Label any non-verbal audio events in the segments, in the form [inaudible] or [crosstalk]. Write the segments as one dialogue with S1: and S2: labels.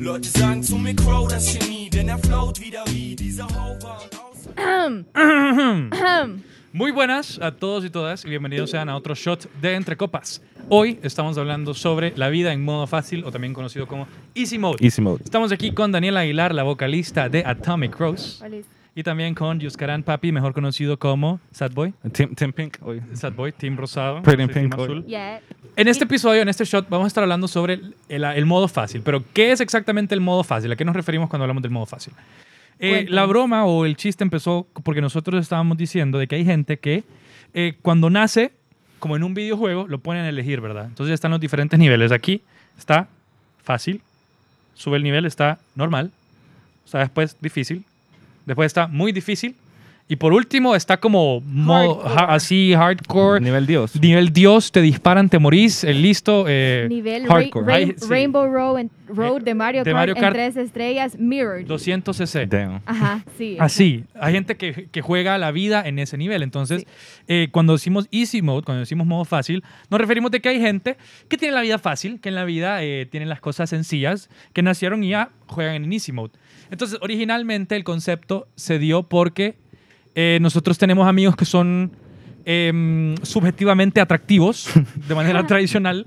S1: Leute sagen zu mir Crow das Genie, denn er float wieder wie dieser Hover. und aus-
S2: Muy buenas a todos y todas y bienvenidos sean a otro shot de Entre Copas. Hoy estamos hablando sobre la vida en modo fácil o también conocido como Easy Mode.
S3: Easy mode.
S2: Estamos aquí con Daniela Aguilar, la vocalista de Atomic Rose, y también con Yuskaran Papi, mejor conocido como Sad Boy,
S3: Tim, Tim Pink. Oye.
S2: Sad Boy, Team Rosado,
S3: Pretty in
S2: soy Team
S3: Pink,
S2: Azul.
S4: Yeah.
S2: En este episodio, en este shot, vamos a estar hablando sobre el, el- el modo fácil. Pero, ¿qué es exactamente el modo fácil? ¿A qué nos referimos cuando hablamos del modo fácil? Eh,
S4: Cuéntanos.
S2: la broma o el chiste empezó porque nosotros estábamos diciendo de que hay gente que eh, cuando nace, como en un videojuego, lo ponen a elegir, ¿verdad? Entonces están los diferentes niveles. Aquí está fácil, sube el nivel, está normal, está después difícil, después está muy difícil y por último está como modo,
S4: Hardcore.
S2: ja- así hardcore,
S3: Nivel Dios.
S2: Nivel Dios, te disparan, te morís, el listo. eh,
S4: Nivel
S2: hardcore.
S4: Rain-
S2: Ay, sí. Eh,
S4: Rainbow Road, en- Road de Mario
S2: de
S4: Kart,
S2: Mario Kart.
S4: en tres estrellas, Mirrored.
S2: 200 cc.
S3: Damn.
S4: Ajá, sí.
S2: [laughs] Así, hay gente que, que juega la vida en ese nivel. Entonces, eh, cuando decimos easy mode, cuando decimos modo fácil, nos referimos de que hay gente que tiene la vida fácil, que en la vida eh, tienen las cosas sencillas, que nacieron y ya juegan en easy mode. Entonces, originalmente el concepto se dio porque eh, nosotros tenemos amigos que son em, subjetivamente atractivos
S4: [laughs]
S2: de manera tradicional.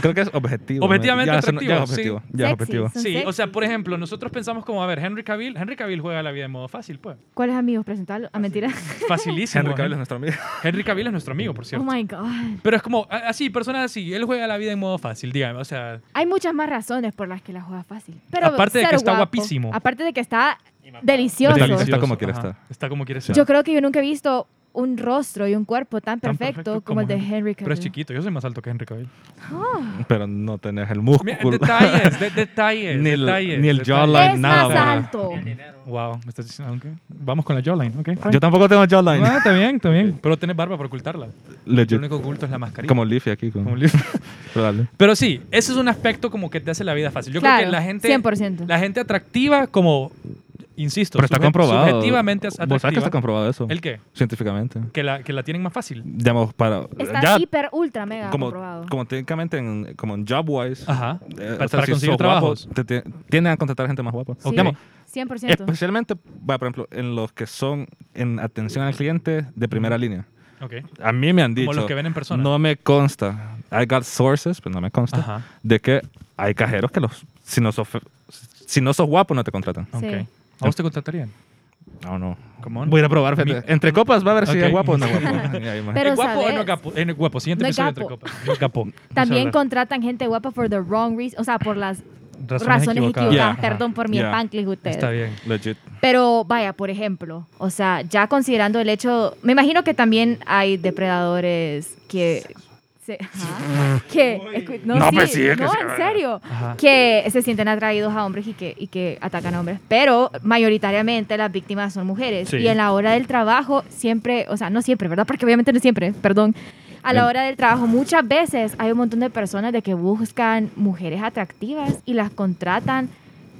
S3: Creo que es objetivo. ¿no?
S2: Objetivamente
S3: ya, eso no- ya es
S2: atractivo,
S3: objetivo. Ya es
S4: Sexy,
S3: objetivo.
S4: son
S2: Sí, o sea,
S4: sexys.
S2: por ejemplo, nosotros pensamos como, a ver, Henry Cavill, Henry Cavill juega la vida en modo
S4: [laughs]
S2: fácil, pues.
S4: ¿Cuáles amigos presentarlo? Ah, mentira.
S2: Facilísimo. ¿eh?
S3: Henry Cavill es nuestro amigo.
S2: Henry Cavill es nuestro amigo, por
S4: [laughs] Oh
S2: cierto.
S4: my god.
S2: Pero es como, a- así, personas así, él juega la vida en modo fácil, dígame, o sea,
S4: Hay muchas más razones por las que la juega fácil. Pero
S2: Aparte de que
S4: cero
S2: está
S4: guapo.
S2: guapísimo.
S4: Aparte de que está delicioso.
S3: Está delicioso. como quiere
S2: ajá,
S3: estar.
S2: Está como quiere estar.
S4: Yo creo que yo nunca he visto un rostro y un cuerpo tan
S2: Tan
S4: perfecto, como, el de Henry Cavill. Ah,
S2: Pero es chiquito, yo soy más alto que Henry Cavill.
S3: [laughs] Pero no tenés el
S2: Mira,
S3: músculo.
S2: detalles, de- detalles,
S3: Ni el-
S2: detalles.
S3: ni el
S2: detalles.
S3: jawline.
S4: Es
S3: nada,
S4: más
S3: nada.
S4: alto.
S2: Wow, me estás diciendo, ok. Vamos con la jawline, ok. fine.
S3: [laughs] Yo tampoco tengo jawline.
S2: Ah, está bien, está bien. Pero tienes barba para ocultarla. Lo
S3: [laughs] Legit.
S2: único oculto es la mascarilla.
S3: Como Leafy aquí. Con...
S2: Como Leafy.
S3: Pero dale.
S2: Pero sí, ese es un aspecto como que te hace la vida fácil. Yo
S4: claro,
S2: creo que la gente,
S4: 100%.
S2: la gente atractiva, como, insisto,
S3: Pero está
S2: subje-
S3: comprobado.
S2: subjetivamente es
S3: ¿Vos sabés que está
S2: atractiva.
S3: comprobado eso?
S2: ¿El qué?
S3: Científicamente.
S2: Que la, que la tienen más fácil.
S3: Digamos, para...
S4: Está
S3: ya,
S4: hiper, ultra, mega
S3: como,
S4: comprobado.
S3: como técnicamente, en, como en job-wise,
S2: Ajá. Ah,
S3: eh,
S2: para
S3: o sea,
S2: para
S3: si
S2: conseguir
S3: sos guapo,
S2: trabajos.
S3: te- te- tienden a contratar gente más guapa.
S4: Sí,
S3: Digamos,
S4: 100%.
S3: Especialmente, va, por ejemplo, en los que son en atención al cliente de primera línea.
S2: Ok.
S3: A mí me han dicho.
S2: Como los que ven en persona.
S3: No me consta. I got sources, pero no me consta.
S2: Ajá.
S3: De que hay cajeros que los. Si no sos, fe- si no sos guapo, no te contratan.
S2: Ok.
S4: Sí.
S2: ¿A vos te contratarían?
S3: No, no.
S2: Come on.
S3: Voy a ir a probar. fíjate.
S2: Mi-
S3: Entre copas va a ver si
S2: Ok.
S3: es guapo o no
S2: [laughs]
S3: guapo. Y ahí más.
S4: Pero,
S2: ¿Es guapo o no
S4: ¿sabes?
S2: es guapo? Eh, no es guapo. Siguiente
S4: No es
S2: episodio de
S4: guapo.
S2: Entre Copas. No es guapo. Vamos a
S4: También
S2: hablar.
S4: contratan gente guapa por the wrong reasons, o sea, por las razones, equivocadas.
S3: Yeah.
S4: Perdón por mi
S3: Yeah.
S4: espanclis
S2: Ajá.
S4: ustedes.
S2: Está bien.
S3: Legit.
S4: Pero vaya, por ejemplo, o sea, ya considerando el hecho, me imagino que también hay depredadores que se- ajá, que escu- no,
S3: No,
S4: sí,
S3: pues sí, es que
S4: no,
S3: sí.
S4: en serio,
S2: Ajá.
S4: que se sienten atraídos a hombres y que y que atacan a hombres, pero mayoritariamente las víctimas son mujeres
S2: Sí.
S4: y en la hora del trabajo siempre, o sea, no siempre, ¿verdad? Porque obviamente no siempre, perdón. A la
S3: Em.
S4: hora del trabajo muchas veces hay un montón de personas de que buscan mujeres atractivas y las contratan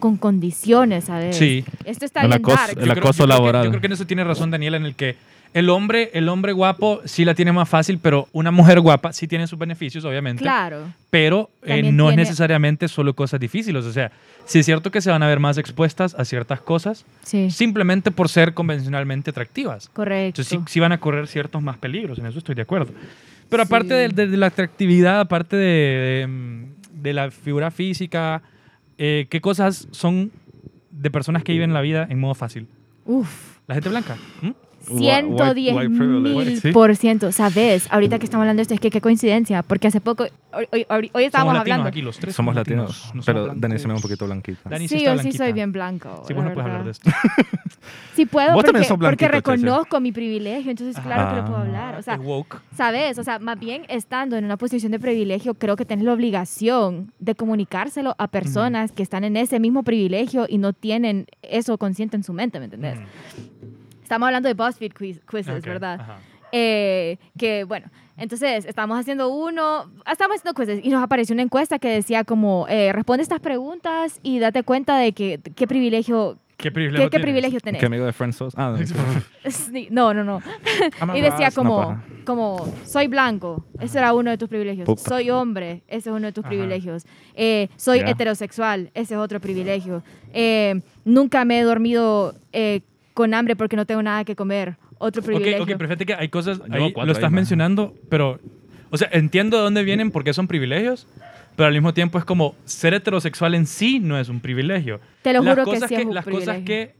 S4: con condiciones, ¿sabes?
S2: Sí.
S4: Esto está
S3: El
S4: bien
S3: acoso-
S4: dark.
S3: el
S2: Yo
S3: acoso
S2: yo
S3: laboral.
S2: que- yo creo que en eso tiene razón Daniela, en el que el hombre, el hombre guapo sí la tiene más fácil, pero una mujer guapa sí tiene sus beneficios, obviamente.
S4: Claro.
S2: Pero eh,
S4: También
S2: no es
S4: tiene-
S2: necesariamente solo cosas difíciles. O sea, sí es cierto que se van a ver más expuestas a ciertas cosas
S4: Sí.
S2: simplemente por ser convencionalmente atractivas.
S4: Correcto.
S2: Entonces sí, sí van a correr ciertos más peligros, en eso estoy de acuerdo. Pero
S4: Sí.
S2: aparte del- de, de la atractividad, aparte de, de, mm, de la figura física, eh, ¿qué cosas son de personas que viven la vida en modo fácil?
S4: Uf.
S2: La gente blanca. ¿Mm? ¿m?
S3: White- white-
S4: 110
S3: white privilege.
S4: mil
S3: Sí.
S4: por ciento. ¿Sabes? Ahorita que estamos hablando de esto, es que qué coincidencia. Porque hace poco, hoy, hoy- hoy- hoy
S2: Somos
S4: estábamos
S2: latinos
S4: hablando.
S2: aquí los tres. somos
S3: Somos latinos.
S2: no somos
S3: pero
S2: blancos.
S3: Dani se me ve un poquito blanquito.
S2: Dani
S4: Sí,
S2: está
S4: yo sí soy
S2: blanquita.
S4: bien blanco.
S2: Sí,
S4: la
S2: vos no puedes
S4: verdad.
S2: hablar de esto.
S4: Sí puedo
S3: Vos también
S4: porque,
S3: sos
S4: porque
S3: blanquito, Chelsea.
S4: reconozco mi privilegio, entonces claro que lo
S2: Ah.
S4: puedo hablar. O sea,
S2: Es woke.
S4: ¿Sabes? O sea, más bien estando en una posición de privilegio, creo que tienes la obligación de comunicárselo a personas que están en ese mismo privilegio y no tienen eso consciente en su mente, ¿me entendés?
S2: Mm.
S4: Estamos hablando de BuzzFeed quiz- quizzes,
S2: Ok,
S4: ¿verdad?
S2: ajá.
S4: Eh, que bueno, entonces estábamos haciendo uno, estábamos haciendo cosas y nos apareció una encuesta que decía como, eh, responde estas preguntas y date cuenta de que, qué privilegio,
S2: ¿Qué
S4: qué,
S2: privilegio
S4: qué
S2: tienes?
S4: privilegio tenés.
S3: ¿Qué amigo de Friends sos? Ah,
S4: [laughs] Sí, No, no, no.
S3: I'm
S2: Ah,
S4: [laughs]
S3: a
S4: Y decía
S3: ras, una
S4: como,
S3: paja.
S4: como soy blanco, ese era uno de tus privilegios.
S3: Puta.
S4: Soy hombre, ese es uno de tus
S2: Ajá.
S4: privilegios. Eh, soy
S3: Ya.
S4: heterosexual, ese es otro privilegio. Eh, nunca me he dormido eh, con hambre porque no tengo nada que comer, otro
S2: Ok,
S4: privilegio.
S2: ok, pero fíjate que hay cosas,
S3: Yo
S2: ahí
S3: hago cuatro
S2: lo
S3: ahí,
S2: estás
S3: man.
S2: mencionando, pero, o sea, entiendo de dónde vienen, porque son privilegios, pero al mismo tiempo es como ser heterosexual en sí no es un privilegio.
S4: Te lo
S2: Las
S4: juro que
S2: cosas
S4: sí es un
S2: Las cosas
S4: privilegio.
S2: que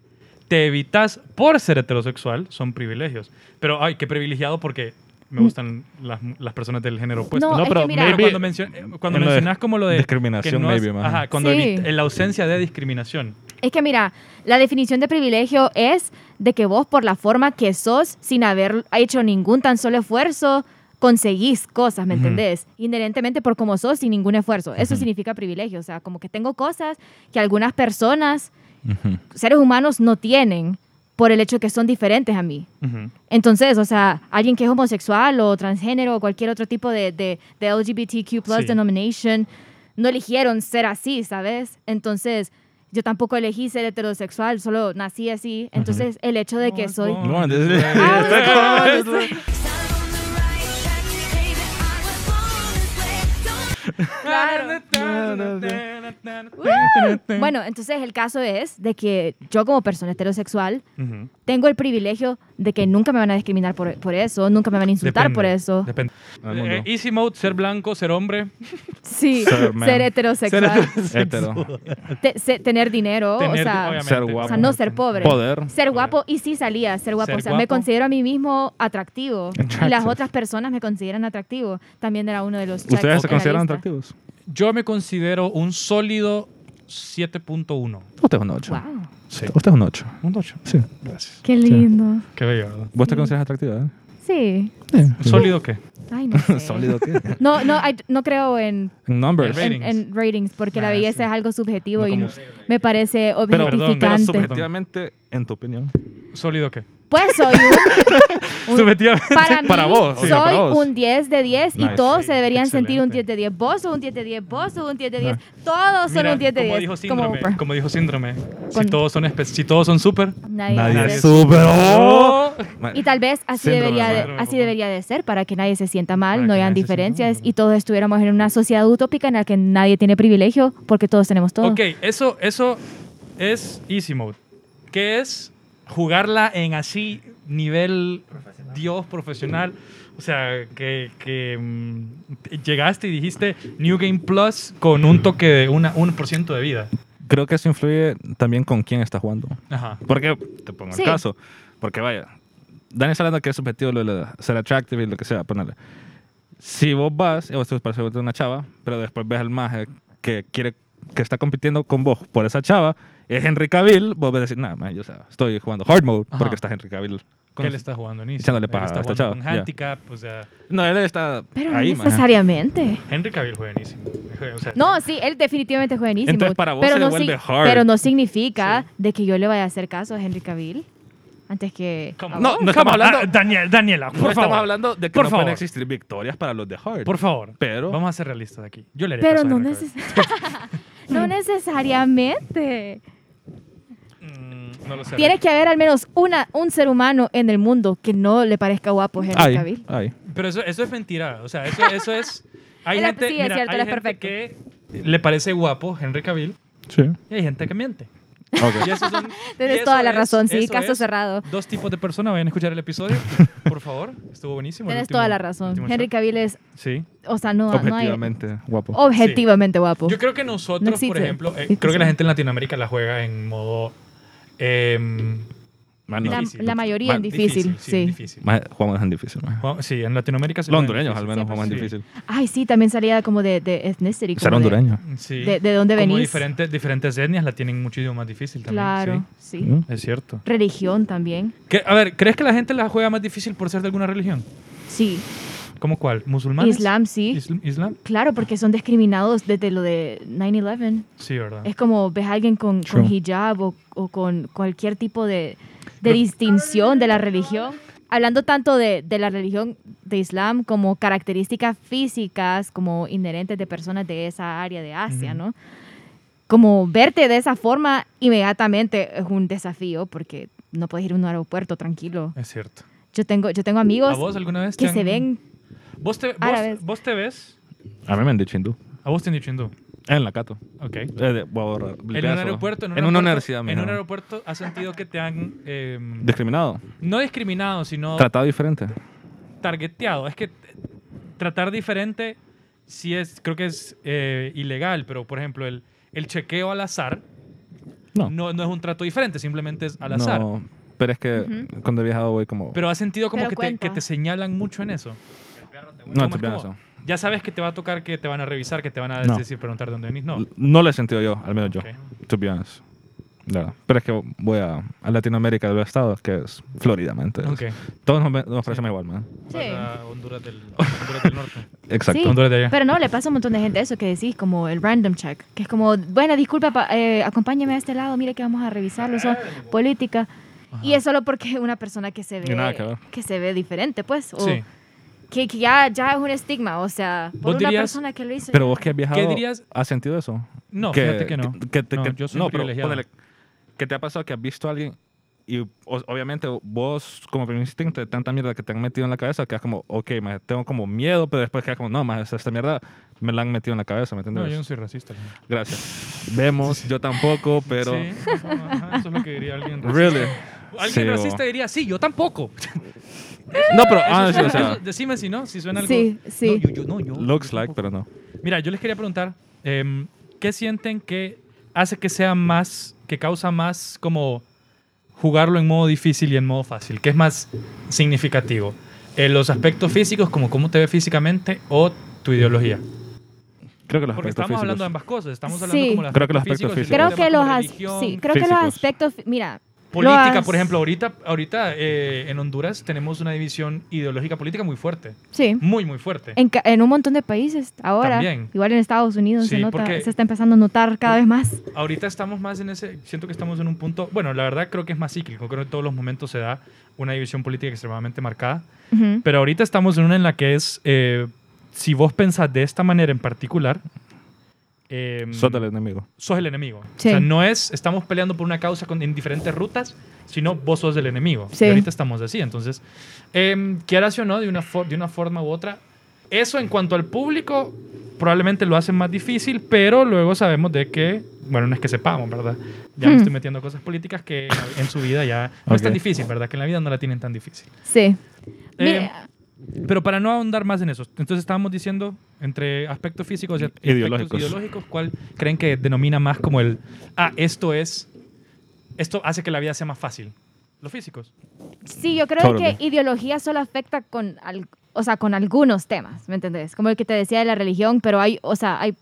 S2: te evitas por ser heterosexual son privilegios, pero ay, qué privilegiado porque me gustan las, las personas del género opuesto.
S4: Mm. No,
S3: No,
S4: es
S3: pero
S4: que mira,
S2: Pero
S3: maybe-
S2: cuando, mencio- eh, cuando
S3: en lo de
S2: mencionas como lo de... que
S3: discriminación,
S2: no has-
S3: maybe, man.
S2: Ajá, cuando
S4: Sí.
S2: evit- la ausencia de discriminación.
S4: es que mira, la definición de privilegio es de que vos por la forma que sos, sin haber hecho ningún tan solo esfuerzo, conseguís cosas, ¿me
S3: Ujú.
S4: entendés? Inherentemente por cómo sos, sin ningún esfuerzo. Eso
S3: Ujú.
S4: significa privilegio, o sea, como que tengo cosas que algunas personas
S3: Ujú.
S4: seres humanos no tienen por el hecho que son diferentes a mí.
S2: Ujú.
S4: Entonces, o sea, alguien que es homosexual o transgénero o cualquier otro tipo de, de, de LGBTQ plus
S2: Sí.
S4: denomination, no eligieron ser así, ¿sabes? Entonces, yo tampoco elegí ser heterosexual, solo nací así. Entonces, el hecho de que soy...
S2: no. [laughs]
S3: No, [laughs] entonces-
S4: Ah, bueno,
S3: Exacto.
S4: Claro. Bueno, entonces el caso es de que yo como persona heterosexual
S2: Ujú.
S4: tengo el privilegio de que nunca me van a discriminar por, por eso, nunca me van a insultar
S2: Depende,
S4: por eso.
S2: depende.
S3: Todo el mundo.
S2: Eh, easy mode, ser blanco, ser hombre,
S4: Sí,
S3: Ser
S4: ser,
S3: man.
S4: heterosexual.
S3: Hétero.
S4: Te- se- tener dinero,
S2: tener,
S4: Oh, o, sea,
S2: obviamente,
S3: ser
S4: o
S3: guapo.
S4: sea, no ser pobre.
S3: Poder.
S4: Ser guapo y sí salía, ser guapo.
S2: Ser
S4: o sea, me
S2: guapo.
S4: considero a mí mismo atractivo. Y las
S3: Attractive.
S4: otras personas me consideran atractivo. También era uno de los checks
S3: ¿Ustedes se
S4: en la
S3: consideran
S4: lista.
S3: atractivos?
S2: Yo me considero un sólido 7.1.
S3: Usted es un 8.
S4: Wow,
S2: Sí.
S3: Usted es un 8.
S2: Un 8.
S3: Sí.
S2: Gracias.
S4: qué lindo.
S2: Qué bello. ¿verdad?
S3: ¿Vos te consideras atractiva? eh?
S4: Sí.
S2: ¿Un ¿Sólido qué?
S4: Ay,
S3: [laughs]
S4: no sé.
S3: Sólido, tío.
S4: No, no, I- no creo en,
S3: En numbers.
S2: Rating.
S4: en, en ratings porque la
S2: Ah,
S4: belleza
S2: sí.
S4: es algo subjetivo
S2: No
S4: y
S2: como-
S4: me parece
S3: Pero-
S2: perdón,
S4: objetificante.
S2: pero subjetivo.
S3: Subjetivamente, en tu opinión.
S2: ¿Sólido qué?
S4: pues soy
S2: [laughs]
S4: un- un
S2: Subjetivamente.
S4: Para mí,
S3: Para vos,
S4: soy
S3: o sea, para vos.
S4: un 10 de 10
S3: Nice.
S4: y todos se deberían sentir un 10
S2: Excelente.
S4: de 10. Vos sos un 10 de 10, vos sos un 10 de 10, todos son
S2: Mira,
S4: un 10 de 10.
S2: Como dijo síndrome.
S4: Oprah.
S2: Como, dijo síndrome. Si
S4: Con-
S2: todos son espe- si todos son ¡Oh! super.
S4: Nadie
S3: Nadie
S4: va a
S3: es
S4: ser-
S3: superó.
S4: Y tal vez así
S3: Síndrome,
S4: debería, de,
S2: síndrome,
S4: así
S2: papá.
S4: debería de ser para que nadie se sienta mal,
S2: Para
S4: no
S2: que
S4: hayan
S2: nadie se sienta
S4: diferencias
S2: mal.
S4: y todos estuviéramos en una sociedad utópica en la que nadie tiene privilegio porque todos tenemos todo.
S2: Ok, eso, eso es easy mode. ¿Qué es jugarla en así nivel Dios profesional? O sea, que, que, mm, llegaste y dijiste New Game Plus con un toque de una, 1% de vida.
S3: Creo que eso influye también con quién está jugando.
S2: Ajá.
S3: Porque, te pongo
S4: Sí.
S3: el caso, porque vaya, Dani está hablando que es subjetivo lo de ser attractive y lo que sea, ponerle. Si vos vas, o sea, parece una chava, pero después ves al maje que quiere que está compitiendo con vos por esa chava, es Henry Cavill, vos vas a decir, nada, man, yo o sea, estoy jugando hard mode
S2: Ajá.
S3: porque está Henry Cavill. Con-
S2: ¿Qué le está jugando en Easy?
S3: Echándole
S2: Él
S3: paja
S2: está
S3: a
S2: jugando
S3: esta chava,
S2: con Pues
S3: ya.
S2: handicap, o sea,
S3: No, él está
S4: Pero no
S3: ahí, maje.
S4: necesariamente.
S2: Henry Cavill juega en Easy. O sea,
S4: No, sí, él definitivamente es buenísimo.
S3: Entonces, para vos se le
S4: no
S3: vuelve
S4: sig-
S3: hard.
S4: pero no significa de que yo le vaya a hacer caso a Henry Cavill antes que...
S2: Come
S4: a
S2: on.
S3: No,
S4: vos.
S3: no estamos
S2: Come on,
S3: hablando-
S2: ah, Daniel, Daniela, por
S3: No estamos
S2: favor.
S3: hablando de que
S2: Por
S3: no
S2: favor.
S3: pueden existir victorias para los de hard.
S2: Por favor.
S3: Pero-
S2: Vamos a ser realistas aquí. Yo le haré
S4: Pero
S2: caso a
S4: no,
S2: Henry
S4: neces- [laughs]
S3: [laughs]
S4: no necesariamente.
S2: Cavill. Mm, no lo sé.
S4: Tiene que haber al menos una, un ser humano en el mundo que no le parezca guapo a Henry
S3: ahí,
S4: Cavill.
S3: ahí.
S2: Pero eso, eso es mentira. O sea, eso, eso es.
S4: [laughs]
S2: Hay
S4: Él es-
S2: gente,
S4: sí, es
S2: mira,
S4: cierto,
S2: hay
S4: él es
S2: gente que le parece guapo Henry Cavill
S3: Sí.
S2: y hay gente que miente.
S3: Ok.
S2: Y esos son-
S4: Tienes
S2: y
S4: toda
S2: eso
S4: la
S2: es-
S4: razón, sí,
S2: eso
S4: caso
S2: es
S4: cerrado.
S2: Dos tipos de personas, vayan a escuchar el
S3: [laughs]
S2: episodio, por favor. Estuvo buenísimo. el
S4: Tienes
S2: último-
S4: toda la
S2: el
S4: razón.
S2: último
S4: Henry
S2: show.
S4: Cavill es,
S2: Sí.
S4: o sea, [laughs] no, no hay...
S3: Objetivamente, guapo.
S4: Objetivamente guapo.
S2: Yo creo que
S4: No
S2: nosotros, por
S4: existe.
S2: ejemplo, eh,
S4: Sí,
S2: creo que
S4: sí.
S2: la gente en Latinoamérica la juega en modo. em,
S3: Mano,
S4: la,
S2: difícil.
S4: la mayoría
S3: Mal-
S4: es difícil, sí.
S2: difícil.
S3: Maje, jugamos en difícil, maje.
S2: Juan- Sí, en Latinoamérica se
S3: Los
S2: juega
S3: hondureños al
S2: difícil.
S3: menos juegan
S2: Sí.
S3: difícil.
S4: Ay, sí, también salía como de, de ethnicity.
S3: Ser
S4: como de-
S3: hondureño.
S2: Sí.
S4: pues, ¿De- de dónde
S2: Como
S4: venís?
S2: diferentes, diferentes etnias la tienen muchísimo más difícil también.
S4: Claro, sí.
S3: ¿Mm?
S2: sí. Es cierto.
S4: Religión también.
S2: ¿Qué- a ver, ¿crees que la gente la juega más difícil por ser de alguna religión?
S4: Sí.
S2: ¿Cómo cuál? ¿Musulmanes?
S4: Islam, sí.
S2: Isl- ¿Islam?
S4: Claro, porque son discriminados desde lo de 9-11.
S2: Sí, ¿verdad?
S4: Es como ves a alguien con, con
S3: True.
S4: hijab o, o con cualquier tipo de, de distinción de la religión. hablando tanto de, de la religión de Islam como características físicas como inherentes de personas de esa área de Asia,
S2: Ujú.
S4: ¿no? Como verte de esa forma inmediatamente es un desafío porque no puedes ir a un aeropuerto tranquilo.
S2: Es cierto.
S4: Yo tengo, yo tengo
S2: ¿A
S4: amigos
S2: vos alguna vez? te
S4: que
S2: han-
S4: se ven
S2: ¿Vos te, vos-
S4: árabes.
S2: vos te ves?
S3: A mí me han dicho hindú.
S2: ¿A vos te han dicho hindú?
S3: En la Cato.
S2: Ok.
S3: Eh, de- voy a borrar,
S2: En
S3: blipear
S2: un
S3: eso.
S2: aeropuerto, en, un
S3: una
S2: aeropuerto-
S3: universidad.
S2: En
S3: mijo.
S2: un aeropuerto has sentido que te han eh,
S3: Discriminado.
S2: no discriminado, sino
S3: Tratado diferente.
S2: targeteado. Es que t- tratar diferente sí es, creo que es eh, ilegal, pero por ejemplo, el, el chequeo al azar
S3: No.
S2: no, no es un trato diferente, simplemente es al
S3: No,
S2: azar.
S3: pero es que
S4: Ujú.
S3: cuando he viajado voy como.
S2: Pero has sentido como
S4: Pero
S2: que te,
S4: cuenta.
S2: que te señalan mucho en eso.
S3: no,
S2: ¿Cómo es
S3: te
S2: como?
S3: pienso.
S2: Ya sabes que te va a tocar, que te van a revisar, que te van a
S3: No.
S2: decir, preguntar dónde venís. No.
S3: L- No lo he sentido yo, al menos
S2: Ok.
S3: yo. To be honest. La verdad. Pero es que voy a, a Latinoamérica de los Estados, que es Florida, ¿me entiendes?
S2: Ok.
S3: Todos nos, ve- nos parecemos igual, man.
S4: Sí.
S2: Para Honduras [laughs] del, Honduras del Norte.
S3: Exacto.
S4: Sí.
S2: Honduras de allá.
S4: Pero no, le pasa a un montón de gente eso que decís, como el random check, que es como, bueno, disculpa, pa- eh, acompáñame a este lado, mire que vamos a revisarlo, son política. Y es solo porque una persona que se
S3: Y nada que
S4: ve,
S3: ver.
S4: que se ve diferente, pues, o
S2: Sí.
S4: que, que ya, ya es un estigma, o sea, por
S2: ¿Vos
S4: una
S2: dirías-
S4: persona que lo hizo.
S3: Pero vos que has viajado,
S2: dirías?
S3: ¿has sentido eso?
S2: No, fíjate que no.
S3: que te-
S2: No,
S3: que-
S2: yo soy
S3: no, pero
S2: privilegiado.
S3: ponele, ¿Qué te ha pasado que has visto a alguien y o- obviamente vos como primer instinto de tanta mierda que te han metido en la cabeza quedas como, ok, maje, tengo como miedo, pero después quedas como, no, más esta mierda me la han metido en la cabeza, ¿me entiendes?
S2: No, yo no soy racista. la verdad.
S3: Gracias. Vemos, yo tampoco, pero...
S2: Sí, eso, ajá, eso es lo que diría alguien racista.
S3: Really.
S2: Alguien
S3: Sí,
S2: racista
S3: bo.
S2: diría, sí, yo tampoco.
S3: No, pero...
S2: Eso
S3: ah, sí,
S2: suena-
S3: o sea,
S2: [laughs] eso- decime si no, si suena algo.
S4: Sí, sí.
S2: No, yo, yo- no, yo-
S3: looks
S2: yo tampoco.
S3: like, pero no.
S2: Mira, yo les quería preguntar, em, ¿qué sienten que hace que sea más, que causa más como jugarlo en modo difícil y en modo fácil? ¿Qué es más significativo? Eh, ¿Los aspectos físicos, como cómo te ves físicamente, o tu ideología?
S3: Creo que los
S2: Porque
S3: aspectos
S2: estamos hablando de
S3: físicos-
S2: ambas cosas. Estamos hablando
S4: Sí.
S2: como los
S3: Creo que los aspectos
S2: el
S4: creo que los,
S2: tema como
S4: as-
S2: religión,
S4: sí, creo que los
S3: físicos.
S4: aspectos, mira,
S2: Política,
S4: los-
S2: por ejemplo, ahorita, ahorita eh, en Honduras tenemos una división ideológica política muy fuerte.
S4: Sí.
S2: Muy, muy fuerte.
S4: En, ca- en un montón de países ahora,
S2: También.
S4: igual en Estados Unidos se,
S2: Sí,
S4: nota,
S2: porque-
S4: se está empezando a notar cada vez más.
S2: Ahorita estamos más en ese, siento que estamos en un punto, bueno, la verdad creo que es más cíclico, creo que en todos los momentos se da una división política extremadamente marcada,
S4: Ujú.
S2: pero ahorita estamos en una en la que es, eh, si vos pensás de esta manera en particular, eh,
S3: Sos del enemigo.
S2: sos el enemigo.
S4: Sí.
S2: O sea, no es, estamos peleando por una causa con, en diferentes rutas, sino vos sos el enemigo.
S4: Sí.
S2: Y ahorita estamos así. Entonces, eh, quieras o no, de una, for- de una forma u otra, eso en cuanto al público probablemente lo hace más difícil, pero luego sabemos de que, bueno, no es que sepamos, ¿verdad? Ya me
S4: Hmm.
S2: estoy metiendo cosas políticas que en su vida ya no es tan
S3: Ok.
S2: difícil, ¿verdad? Que en la vida no la tienen tan difícil.
S4: Sí.
S2: Eh,
S4: Mira,
S2: pero para no ahondar más en eso, entonces estábamos diciendo entre aspectos físicos y a- y
S3: Ideológicos.
S2: aspectos ideológicos, ¿cuál creen que denomina más como el, ah, esto es, esto hace que la vida sea más fácil? Los físicos.
S4: Sí, yo creo
S3: Totally.
S4: que ideología solo afecta con, al- o sea, con algunos temas, ¿me entendés? Como el que te decía de la religión, pero hay, o sea, hay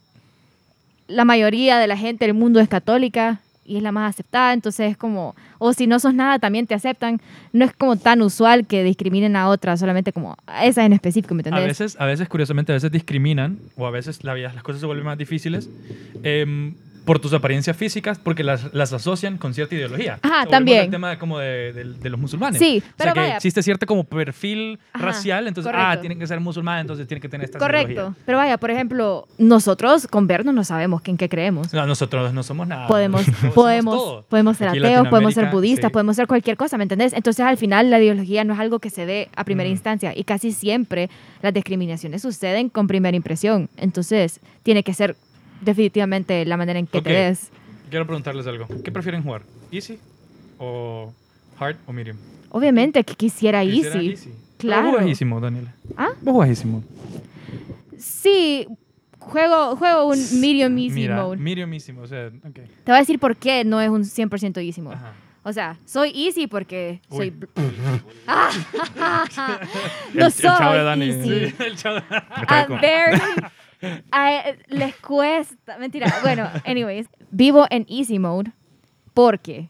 S4: la mayoría de la gente del mundo es católica y es la más aceptada, entonces es como, o si no sos nada también te aceptan, no es como tan usual que discriminen a otra, solamente como a esa en específico, ¿me
S2: A
S4: entendés?
S2: veces, a veces, curiosamente, a veces discriminan o a veces la vida, las cosas se vuelven más difíciles em, por tus apariencias físicas porque las, las asocian con cierta ideología.
S4: Ajá,
S2: Volvemos
S4: también.
S2: al tema de, como de, de- de los musulmanes.
S4: Sí,
S2: O sea,
S4: pero
S2: que
S4: vaya.
S2: existe cierto como perfil
S4: Ajá,
S2: racial, entonces, ah,
S4: correcto.
S2: tienen que ser musulmanes, entonces tienen que tener esta
S4: Correcto, pero vaya, por ejemplo, nosotros con vernos no sabemos que en qué creemos.
S2: No, nosotros no somos nada.
S4: Ah, podemos,
S2: Nosotros
S4: [laughs]
S2: [laughs] somos
S4: podemos,
S2: todo.
S4: podemos ser
S2: Aquí en
S4: ateos, podemos ser
S2: Latinoamérica,
S4: budistas,
S2: sí.
S4: podemos ser cualquier cosa, ¿me entendés? Entonces al final la ideología no es algo que se ve a primera
S2: Mm.
S4: instancia y casi siempre las discriminaciones suceden con primera impresión. Entonces tiene que ser definitivamente la manera en que
S2: Ok.
S4: te ves.
S2: Quiero preguntarles algo. ¿Qué prefieren jugar? ¿Easy o hard o medium?
S4: Obviamente que quisiera
S2: Quisiera
S4: easy.
S2: Pero Vos
S4: Claro.
S2: jugás easy mode, Daniela.
S4: ¿Ah?
S2: Vos jugás easy mode.
S4: Sí, juego, juego un medium easy
S2: Mira,
S4: mode.
S2: medium easy mode, o sea, ok.
S4: Te voy a decir por qué no es un 100% easy mode.
S2: Ajá.
S4: O sea, soy easy porque soy... [laughs]
S2: Uy.
S4: no
S3: el chavo de
S4: soy
S3: Dani.
S4: easy.
S2: [laughs] El chavo-
S3: Me cae
S4: I'm
S2: [laughs]
S3: como-
S4: very- I- les cuesta. Mentira. Bueno, anyways. Vivo en easy mode porque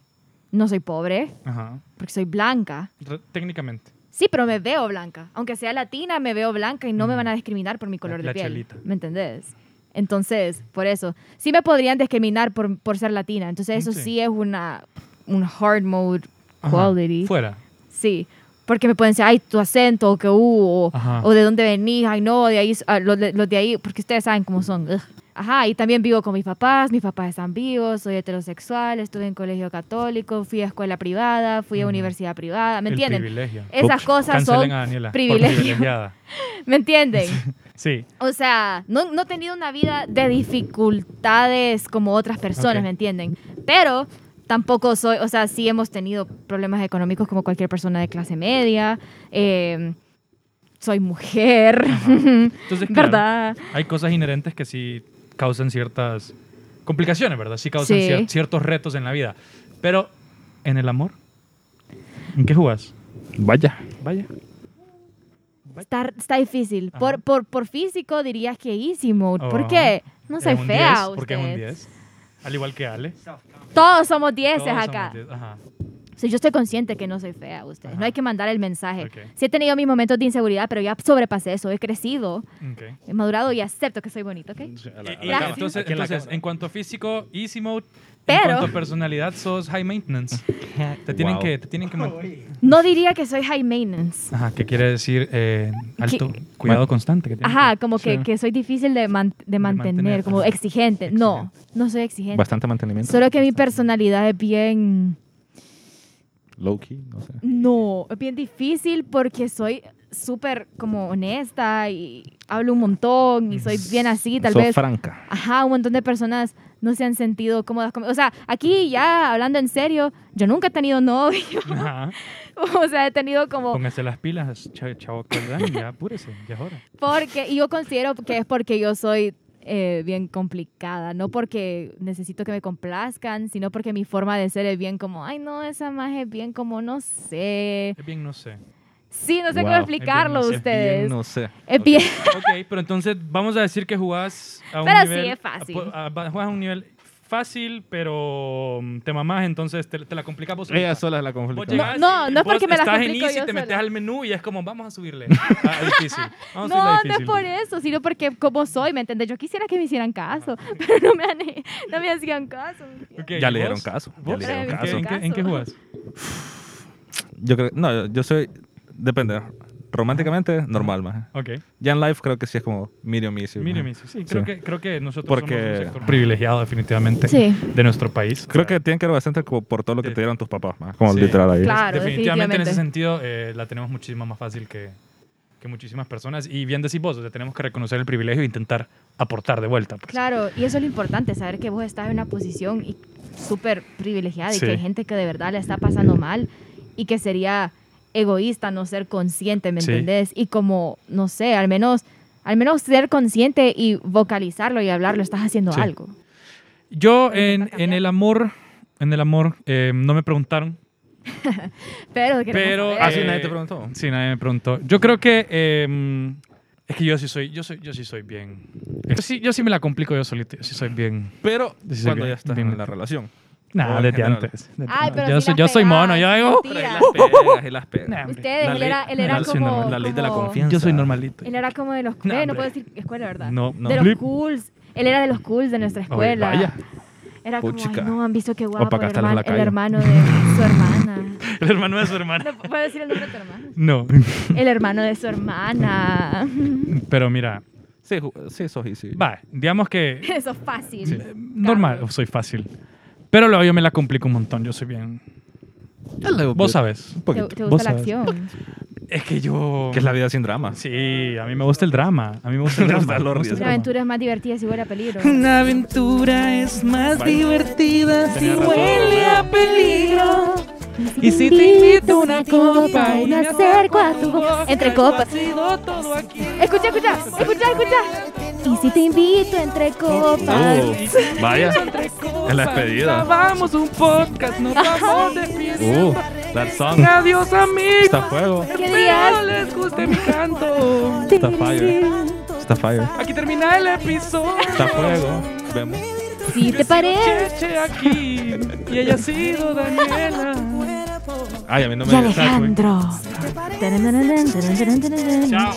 S4: no soy pobre,
S2: Ajá.
S4: porque soy blanca.
S2: Re- Técnicamente.
S4: Sí, pero me veo blanca. Aunque sea latina, me veo blanca y no me van a discriminar por mi color de
S2: Mm. la
S4: piel.
S2: chelita.
S4: ¿Me entendés? Entonces, por eso. Sí me podrían discriminar por, por ser latina. Entonces, eso
S2: Sí.
S4: sí es una, un hard mode
S2: Ajá.
S4: quality.
S2: Fuera.
S4: Sí. Porque me pueden decir, ay, tu acento, o que hubo, o,
S2: Ajá.
S4: o de dónde venís, ay, no, de ahí, ah, los, de- los de ahí, porque ustedes saben cómo son. ugh. Ajá, y también vivo con mis papás, mis papás están vivos, soy heterosexual, estuve en colegio católico, fui a escuela privada, fui a
S2: Ujú.
S4: universidad privada, ¿me
S2: El
S4: entienden?
S2: privilegio.
S4: Esas
S3: Ups,
S4: cosas
S2: Cancelen
S4: son
S2: a Daniela. por
S4: privilegio.
S2: privilegiada.
S4: ¿Me entienden?
S2: [laughs] Sí.
S4: O sea, no, no he tenido una vida de dificultades como otras personas,
S2: Ok.
S4: ¿me entienden? Pero tampoco soy, o sea, sí hemos tenido problemas económicos como cualquier persona de clase media. eh, soy mujer, [laughs]
S2: Entonces, claro,
S4: ¿verdad?
S2: hay cosas inherentes que sí causan ciertas complicaciones, ¿verdad? Sí causan
S4: Sí.
S2: cier- ciertos retos en la vida. Pero, ¿en el amor? ¿En qué jugás?
S3: Vaya.
S2: Vaya.
S4: Está, está difícil.
S2: Ajá.
S4: Por, por, por físico dirías que easy mode.
S2: Oh.
S4: ¿Por qué? No soy
S2: Es un
S4: fea
S2: 10, Porque es un
S4: ustedes.
S2: 10. Al igual que Ale.
S4: Todos somos dieces
S2: Todos somos
S4: acá.
S2: 10, Ajá.
S4: O sea, yo estoy consciente que no soy fea ustedes.
S2: Ajá.
S4: No hay que mandar el mensaje.
S2: Ok.
S4: Sí he tenido mis momentos de inseguridad, pero ya sobrepasé eso. He crecido.
S2: Ok.
S4: He madurado y acepto que soy bonita, ¿ok?
S2: Y- y
S4: Gracias.
S2: entonces,
S3: Aquí en la
S2: entonces,
S3: cámara.
S2: en cuanto a físico, easy mode.
S4: Pero-
S2: En cuanto a personalidad, sos high
S3: [laughs]
S2: maintenance. Te tienen
S3: Wow.
S2: que, te tienen que mantener.
S4: No diría que soy high maintenance.
S2: Ajá, ¿qué quiere decir eh, alto cuidado
S3: Ma-
S2: constante? Que tienen
S4: Ajá,
S2: que-
S4: como que,
S3: Sí.
S4: que soy difícil de, man- de mantener,
S2: mantener,
S4: como
S2: ajá.
S4: exigente. No, no soy exigente.
S3: Bastante mantenimiento.
S4: Solo que mi personalidad es bien...
S3: Low key, no sé.
S4: No, es bien difícil porque soy súper como honesta y hablo un montón y soy bien así, tal
S3: Sos
S4: vez.
S3: franca.
S4: Ajá, un montón de personas no se han sentido cómodas conmigo. O sea, aquí ya hablando en serio, yo nunca he tenido novio. [laughs]
S2: Ajá.
S4: o sea, he tenido como
S2: Póngase las pilas, chavo, chavo Cordán,
S4: [laughs]
S2: y ya apúrese, ya es hora.
S4: Porque, y yo considero que es porque yo soy eh, bien complicada, no porque necesito que me complazcan, sino porque mi forma de ser es bien como, ay, no, esa magia es bien como, no sé.
S2: Es bien, no sé.
S4: Sí, no sé
S3: Wow,
S4: cómo
S3: es bien,
S4: explicarlo
S2: no sé, es
S4: ustedes.
S3: Bien, no sé.
S4: Es bien.
S2: Ok, pero entonces vamos a decir que jugás a un
S4: Pero sí
S2: nivel...
S4: es fácil.
S2: a- a- jugás a un nivel fácil, pero mm, te mamás, entonces te, te la complicas vos. solita.
S3: Ella sola es la
S2: Vos
S3: conflictiva.
S2: llegás
S4: no,
S2: y
S4: no es
S2: vos
S4: porque me las
S2: estás en
S4: complico
S2: Easy,
S4: yo
S2: te metes
S4: sola.
S2: al menú y es como, vamos
S4: [laughs]
S2: a subirle a, a difícil.
S4: No,
S2: Vamos a subirle a
S4: no es
S2: difícil.
S4: por eso, sino porque como soy, ¿me entiendes? Yo quisiera que me hicieran caso,
S3: Ah,
S4: [laughs] pero no me, han, no me hacían caso.
S2: Ok,
S3: Ya le
S2: ¿y
S3: dieron
S2: vos?
S3: caso, ya
S2: ¿Vos?
S3: le
S4: dieron
S2: ¿En qué-
S4: caso.
S2: ¿En qué, en qué jugás?
S3: Yo creo, no, yo soy, depende. Románticamente, normal, más.
S2: Ok.
S3: Ya en life creo que sí es como medium easy. maje.
S2: Mínimo, sí, sí, creo,
S3: Sí.
S2: Que, creo que nosotros
S3: Porque-
S2: somos un sector privilegiado definitivamente
S4: Sí.
S2: de nuestro país.
S3: Creo que tienen que ver bastante como por todo lo que
S2: De-
S3: te dieron tus papás, maje, como
S2: Sí.
S3: literal ahí.
S4: Claro.
S2: definitivamente en
S4: definitivamente.
S2: ese sentido eh, la tenemos muchísimo más fácil que, que muchísimas personas. Y bien decís vos, o sea, tenemos que reconocer el privilegio e intentar aportar de vuelta. pues.
S4: Claro, y eso es lo importante, saber que vos estás en una posición y- súper privilegiada y
S2: Sí.
S4: que hay gente que de verdad le está pasando mal y que sería egoísta no ser consciente, ¿me
S2: Sí.
S4: entendés? Y como, no sé, al menos, al menos ser consciente y vocalizarlo y hablarlo, estás haciendo
S2: Sí.
S4: algo.
S2: Yo en,
S4: Intentar
S2: en el amor, en el amor, eh, no me preguntaron.
S4: Pero, queremos
S2: Pero,
S4: saber.
S3: Ah, sí,
S2: Eh,
S3: nadie te preguntó.
S2: Sí, nadie me preguntó. Yo creo que eh, es que yo sí soy, yo soy, yo sí soy bien. Yo sí, yo sí me la complico yo solito. Yo sí soy bien.
S3: Pero
S2: Sí, sí,
S3: cuando
S2: bien,
S3: ya estás
S2: bien
S3: en la
S2: metido.
S3: relación.
S2: Nah,
S3: O en
S2: desde
S3: general.
S2: antes. desde
S4: Ay,
S2: antes.
S4: pero
S2: yo
S4: sí
S2: soy,
S4: las
S2: yo soy mono.
S4: pegás,
S2: Yo digo.
S4: mentira.
S2: [laughs]
S3: Pero ahí las pegas, ahí las pegas.
S2: Nah, hombre.
S4: Ustedes, él
S3: ley-
S4: era, él era
S2: Yo soy
S4: como...
S2: normal.
S3: La ley de la
S4: como-
S3: confianza.
S2: Yo soy normalito.
S4: Él era como de los...
S2: No,
S4: eh, no
S2: hombre.
S4: puedo decir escuela, ¿verdad?
S2: No, no.
S4: De los
S2: Blip.
S4: cools. Él era de los cools de nuestra escuela.
S3: vaya.
S4: Era como,
S3: Puchica.
S4: "Ay, no, han visto qué guapo el,
S3: acá están en
S4: hermano,
S3: la
S4: el
S3: calle".
S4: hermano de su hermana.
S2: [laughs]
S4: [laughs]
S2: El hermano de su hermana.
S4: No, ¿Puedo decir el nombre de tu hermano?
S2: No. [laughs]
S4: El hermano de su hermana. [laughs]
S2: Pero mira,
S3: Sí, ju- sí, sos easy.
S2: va, digamos que
S4: Eso es fácil.
S2: normal,
S4: Carlos.
S2: soy fácil. Pero luego yo me la complico un montón, yo soy bien. Vos sabes.
S3: Un
S4: Te,
S3: poquito.
S4: te
S2: Vos
S4: gusta la
S2: sabes.
S4: acción.
S2: Es que yo.
S3: Que es la vida sin drama.
S2: Sí, a mí me gusta el drama. A mí me gusta [laughs] el
S3: Me
S2: drama.
S3: gusta lo
S2: me gusta el
S4: La
S2: drama.
S4: aventura es más divertida si huele a peligro.
S5: Una aventura es más
S3: Vaya.
S5: divertida si
S3: Tenía razón,
S5: huele
S3: ¿verdad?
S5: a peligro. Y si te invito una copa y
S4: Me
S5: me
S4: acerco
S5: acerco
S4: a
S5: a
S4: tu
S5: tu
S4: boca.
S5: boca,
S4: Entre
S5: algo
S4: copas.
S5: ha sido todo aquí.
S4: Escucha, escucha, escucha, escucha. Y si te invito entre copas.
S3: Uh, vaya.
S5: Entre
S3: En la
S5: copas,
S3: despedida.
S5: Grabamos un podcast, nos vamos de
S3: Uh,
S5: fiesta.
S3: that song.
S5: Adiós amigos,
S3: Está fuego.
S4: ¿Qué
S5: espero
S4: días?
S5: les guste mi canto.
S3: Está fire. Está fire.
S5: Aquí termina el episodio.
S3: Está fuego. Vemos.
S4: Si te parece.
S5: Cheche aquí y ella ha sido Daniela.
S3: Ay, a mí no me
S4: Y
S3: digas, ¿sabes, güey?
S4: Alejandro. Tarararán, tarararán, tarararán.
S2: Chao.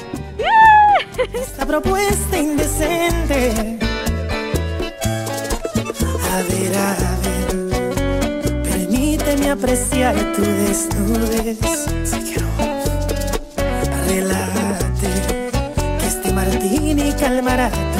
S6: esta propuesta indecente. A ver, a ver, permíteme apreciar tu desnudez. este alma barata.